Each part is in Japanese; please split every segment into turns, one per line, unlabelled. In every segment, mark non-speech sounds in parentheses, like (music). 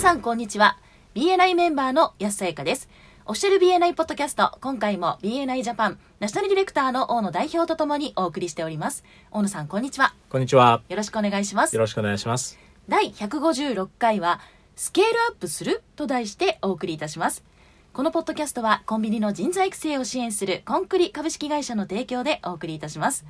さん、こんにちは。BNI メンバーの安さゆかです。オフィシャル BNI ポッドキャスト、今回も BNI ジャパン、ナショナルディレクターの大野代表とともにお送りしております。大野さん、こんにちは。
こんにちは。
よろしくお願いします
よ。ろしくお願いします。
第156回は「スケールアップする?」と題してお送りいたしますこのポッドキャストはコンビニの人材育成を支援するコンクリ株式会社の提供でお送りいたします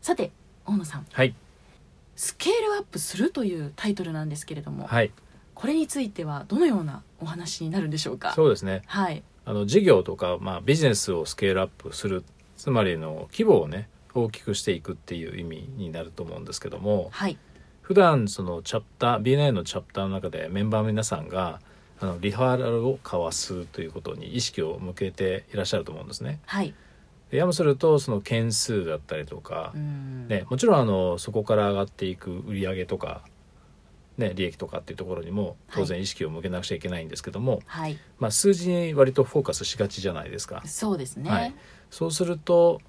さて大野さん
はい。
「スケールアップする?」というタイトルなんですけれども、
はい。
これについてはどのようなお話になるんでしょうか
そうですね。
はい
あの、事業とか、まあ、ビジネスをスケールアップする。つまり、あの、規模をね、大きくしていくっていう意味になると思うんですけども、
はい
普段、その、チャプター、BNI のチャプターの中でメンバーの皆さんが、あの、リファラルを交わすということに意識を向けていらっしゃると思うんですね。
はい
でやもすると、その、件数だったりとか
うー、ん
ね、もちろんあのそこから上がっていく売り上げとか、ね、利益とかっていうところにも当然意識を向けなくちゃいけないんですけども、
はい
まあ、数字に割とフォーカスしがちじゃないですか。
そうですね、
はいそうすると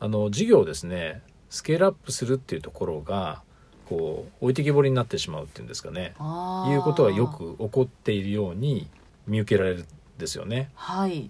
あの事業をですねスケールアップするっていうところがこう置いてきぼりになってしまうっていうんですかね
あー
いうことはよく起こっているように見受けられるんですよね。
はい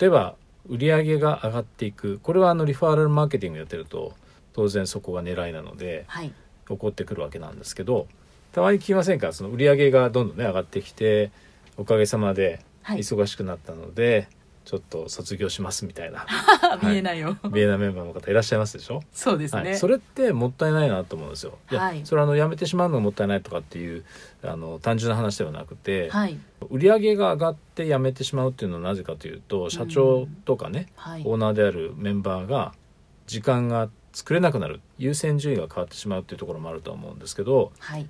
例えば売り上げが上がっていくこれはあのリファーラルマーケティングやってると当然そこが狙いなので、
はい
起こってくるわけなんですけどたまに聞きませんかその売り上げがどんどんね上がってきておかげさまで
はい (laughs)
忙しくなったので、ちょっと卒業しますみたいな
(laughs) 見えないよ (laughs)
ビエナメンバーの方いらっしゃいますでしょ
そうですね、
はい、それってもったいないなと思うんですよ。いや
はい
それはあのやめてしまうのがもったいないとかっていうあの単純な話ではなくて、
はい
売り上げが上がってやめてしまうっていうのはなぜかというと社長とかね、
はい
オーナーであるメンバーが時間が作れなくなる優先順位が変わってしまうっていうところもあるとは思うんですけど
はい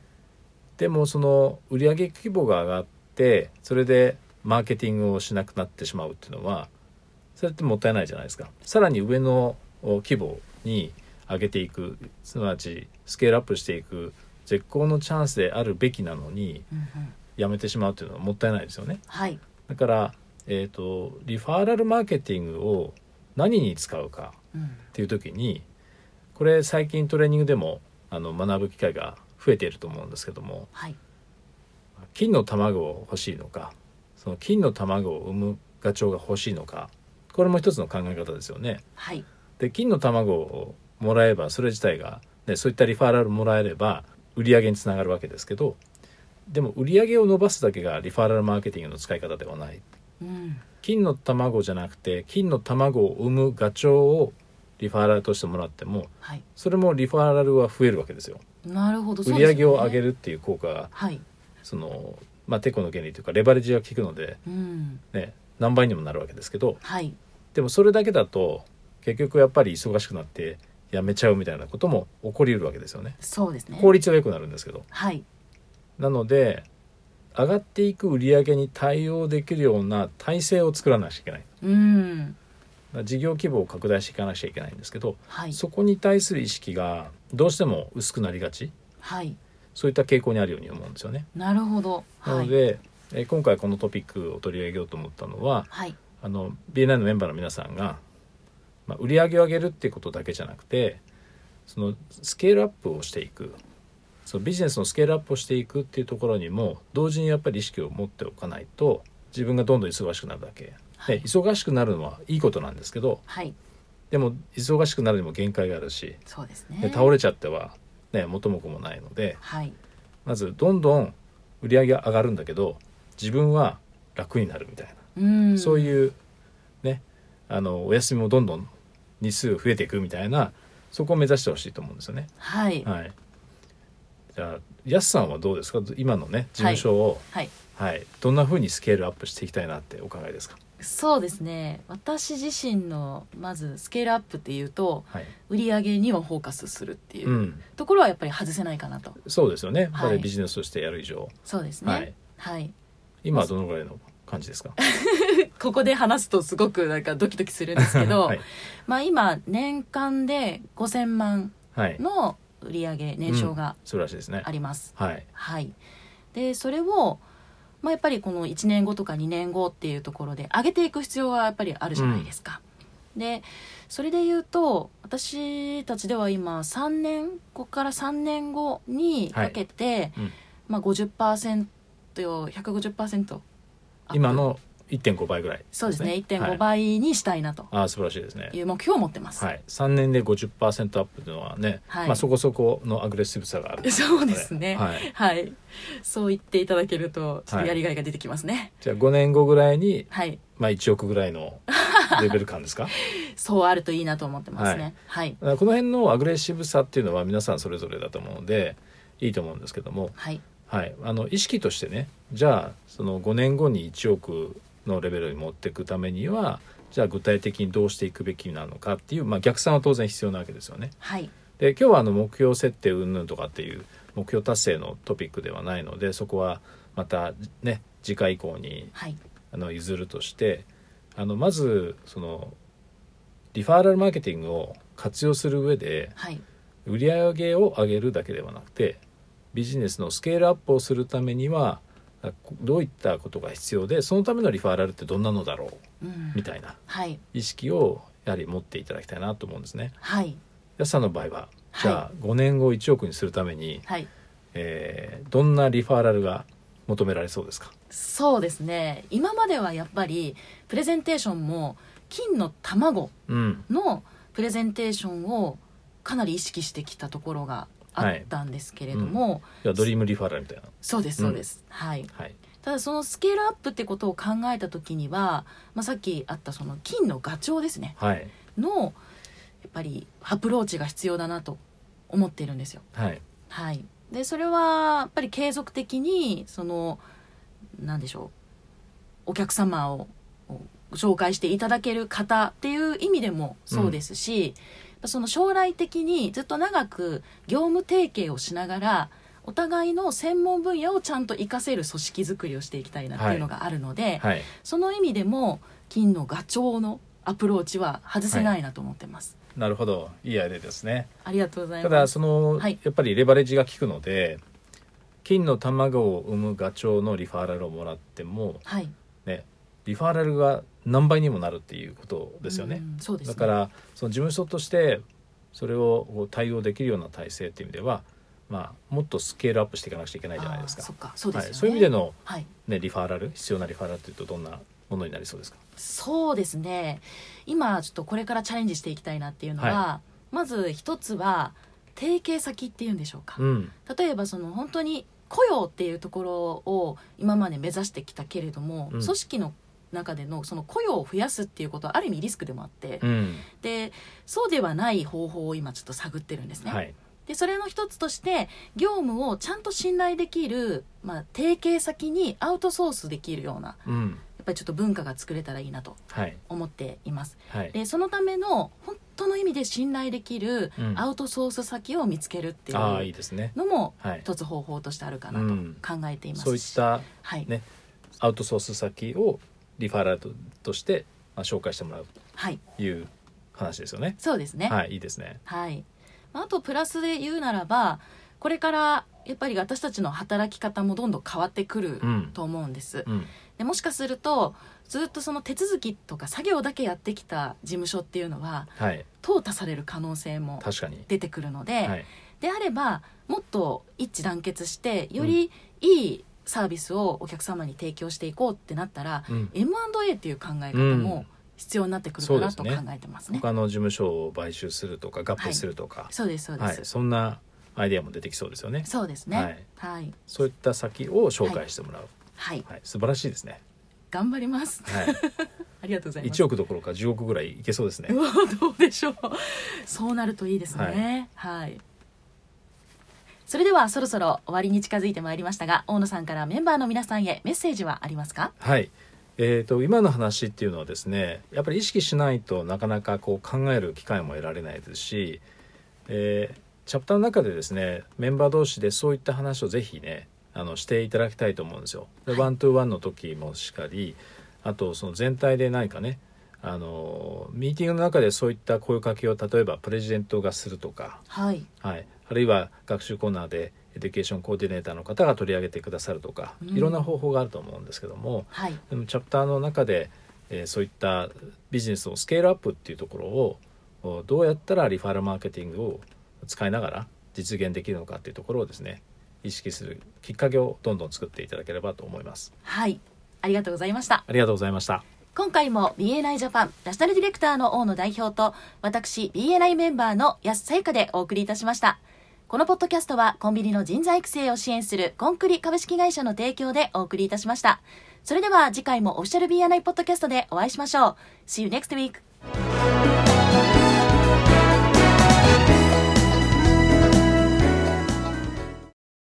でもその売上規模が上がってそれでマーケティングをしなくなってしまうっていうのはそれってもったいないじゃないですか。さらに上のお規模に上げていくすなわちスケールアップしていく絶好のチャンスであるべきなのに
うんうん
やめてしまうっていうのはもったいないですよね。
はい
だから、えー、とリファーラルマーケティングを何に使うか
うん
っていう時にこれ最近トレーニングでもあの学ぶ機会が増えていると思うんですけども
はい
金の卵を欲しいのかその金の卵を産むガチョウが欲しいのかこれも一つの考え方ですよね。
はい
で金の卵をもらえばそれ自体が、ね、そういったリファーラルもらえれば売り上げにつながるわけですけどでも売り上げを伸ばすだけがリファーラルマーケティングの使い方ではない
うん
金の卵じゃなくて金の卵を産むガチョウをリファーラルとしてもらっても
はい
それもリファーラルは増えるわけですよ。
なるほど
売り上げを上げ
る
るっていう効果が
はい
そのまあテコの原理というかレバレッジが効くので
うん
ね何倍にもなるわけですけど
はい
でもそれだけだと結局やっぱり忙しくなってやめちゃうみたいなことも起こりうるわけですよね。
そうですね
効率は良くなるんですけど
はい
なので上がっていく売り上げに対応できるような体制を作らなきゃいけない。
うん
事業規模を拡大していかなくちゃいけないんですけど
はい
そこに対する意識がどうしても薄くなりがち
はい
そういった傾向にあるように思うんですよね。
なるほど
な
は
の
い
で、えー今回このトピックを取り上げようと思ったのは
はい
あの BNI のメンバーの皆さんが、まあ、売り上げを上げるっていうことだけじゃなくてそのスケールアップをしていくそのビジネスのスケールアップをしていくっていうところにも同時にやっぱり意識を持っておかないと自分がどんどん忙しくなるだけ、
はい
で忙しくなるのはいいことなんですけど
はい
でも忙しくなるにも限界があるし
そうです
で
ね
倒れちゃっては、ね、元も子もないので
はい
まずどんどん売り上げが上がるんだけど自分は楽になるみたいな、
うん
そう
う
いうねあのお休みもどんどん日数増えていくみたいなそこを目指してほしいと思うんですよね。
はい
はい、じゃあやすさんはどうですか今のね事務所を、
はい
はいどんなふうにスケールアップしていきたいなってお考えですか、
そうですね私自身のまずスケールアップっていうと
はい、
売り上げにはフォーカスするっていううんところはやっぱり外せないかなと
そうですよ
は
ね、
い
やっぱりビジネスとしてやる以上、
そうです
は
ね
い、
はい
今はどのぐらいの感じですか
ここで話すとすごくなんかドキドキするんです (laughs) けど
(laughs) はい
まあ今年間で5000万
はい、
の売り上げ年商が
素晴らしいですね
あ。ります、
はい、
はいでそれを、まあ、やっぱりこの1年後とか2年後っていうところで上げていく必要はやっぱりあるじゃないですか、でそれで言うと私たちでは今3年ここから3年後にかけて、
はいうん
まあ、50%トを150%アップ
今の1.5倍ぐらい、
そうですね
は
1.5
い
倍にしたいなと
ああ素晴らしいですね
いう目標を持ってます、
はい、3年で50%アップというのはね、
はい
まあ、そこそこのアグレッシブさがあ
(laughs)
る
そうですね
はいはい、
はいそう言っていただけるとちょっとやりがいが出てきますね
じゃあ5年後ぐらいに、
はい、
まあ、1億ぐら
(laughs)
いのレベル感ですかだか
そうあるといいなと思ってますねはい
らこの辺のアグレッシブさっていうのは皆さんそれぞれだと思うのでいいと思うんですけども、
はい
はい、あの意識としてねじゃあその5年後に1億のレベルに持っていくためにはじゃあ具体的にどうしていくべきなのかっていう、まあ、逆算は当然必要なわけですよね。
はい
で今日はあの目標設定云々とかっていう目標達成のトピックではないのでそこはまたね次回以降に
はい
あの譲るとしてあのまずそのリファーラルマーケティングを活用する上で
はい
売上を上げるだけではなくてビジネスのスケールアップをするためにはどういったことが必要でそのためのリファーラルってどんなのだろう
うん
みたいな
はい
意識をやはり持っていただきたいなと思うんですね。
はい
安さんの場合は
はい
じゃあ5年後1億にするために、
はい
えーどんなリファーラルが求められそうですか
そうですね今まではやっぱりプレゼンテーションも金の卵
うん
のプレゼンテーションをかなり意識してきたところがあったんですけれども、
いやドリームリファーラルみたいな。
そうですそうです、はい
はい
ただそのスケールアップってことを考えた時には、まあ、さっきあったその金のガチョウですね
はい
のやっぱりアプローチが必要だなと思っているんですよ
はい
はい、でそれはやっぱり継続的にそのなんでしょうお客様をこう紹介していただける方っていう意味でもそうですし、その将来的にずっと長く業務提携をしながらお互いの専門分野をちゃんと活かせる組織づくりをしていきたいなっていうのがあるので、
はい
その意味でも金のガチョウのアプローチは外せないなと思ってます。
なるほどいいアイデアですね。
ありがとうござい
た
ます。
だその、
はい
やっぱりレバレッジが効くので金の卵を産むガチョウのリファーラルをもらっても
はい、
ねリファーラルが何倍にもなるっていうことですよね。
うんそうですね
だからその事務所としてそれをこう対応できるような体制っていう意味では、まあ、もっとスケールアップしていかなくちゃいけないじゃないです
あー
か
そ。っか、そうですよね。
はい、そういう意味での、
はい、
ね、リファーラル必要なリファーラルっていうとどんなものになりそうですか
そうですね今ちょっとこれからチャレンジしていきたいなっていうのは、
は
まず一つは提携先っていうんでしょうか、
うん
例えばその本当に雇用っていうところを今まで目指してきたけれども、
うん
組織の中でのその雇用を増やすっていうことはある意味リスクでもあって、
うん
でそうではない方法を今ちょっと探ってるんですね、
はい
でそれの一つとして業務をちゃんと信頼できる、まあ、提携先にアウトソースできるような
うん
やっぱりちょっと文化が作れたらいいなと
はい
思っています
はい
でそのための本当の意味で信頼できる
うん
アウトソース先を見つけるってい
ああいいうですね。
のも
はい、
一つ方法としてあるかなと
うん
考えていますし、
そういった
はい、
ねアウトソース先をリファーラルとして、まあ、紹介してもらう
はい、
という話ですよね。
そうですねはい、
はい、いいですね。
まあ、あとプラスで言うならばこれからやっぱり私たちの働き方もどんどん変わってくる
うん
と思うんです、
うん、
でもしかするとずっとその手続きとか作業だけやってきた事務所っていうのは
はい、
淘汰される可能性も
確かに。
出てくるので、
はい、
であればもっと一致団結してよりいいサービスをお客様に提供していこうってなったら、
うん、
M&A っていう考え方
う
も
ん
必要になってくるかな
そ
と
う
考
ですね
えてますね。
他の事務所を買収するとか合併するとか、
そうですそうで
はい、
す、
そんなアイデアも出てきそうですよね。
そうです
は
ね
い、
はい
そういった先を紹介してもらう。
はい
はい、素晴らしいですね。
頑張ります。 (laughs)
は
ありがとうござい
い、
ます。
1億どころか10億ぐらいいけそうですね
う。わどうでしょう。そうなるといいですね。はい。それではそろそろ終わりに近づいてまいりましたが、大野さんからメンバーの皆さんへメッセージはありますか？
はい。えー、と今の話っていうのはですねやっぱり意識しないとなかなかこう考える機会も得られないですし、えーチャプターの中でですねメンバー同士でそういった話をぜひねあのしていただきたいと思うんですよ。でワントゥーワンの時もしかりあとその全体で何かねあのミーティングの中でそういった声かけを例えばプレジデントがするとか、
はい
はい、あるいは学習コーナーでエデュケーションコーディネーターの方が取り上げてくださるとか、
うん
いろんな方法があると思うんですけども、
はい
でもチャプターの中で、えーそういったビジネスをスケールアップっていうところをおどうやったらリファーラルマーケティングを使いながら実現できるのかっていうところをですね意識するきっかけをどんどん作っていただければと思います
はいありがとうございました
ありがとうございました
今回も BNI ジャパンナショナルディレクターの大野代表と私 BNI メンバーの安さゆかでお送りいたしましたこのポッドキャストはコンビニの人材育成を支援するコンクリ株式会社の提供でお送りいたしましたそれでは次回もオフィシャル BNI ポッドキャストでお会いしましょう See you next week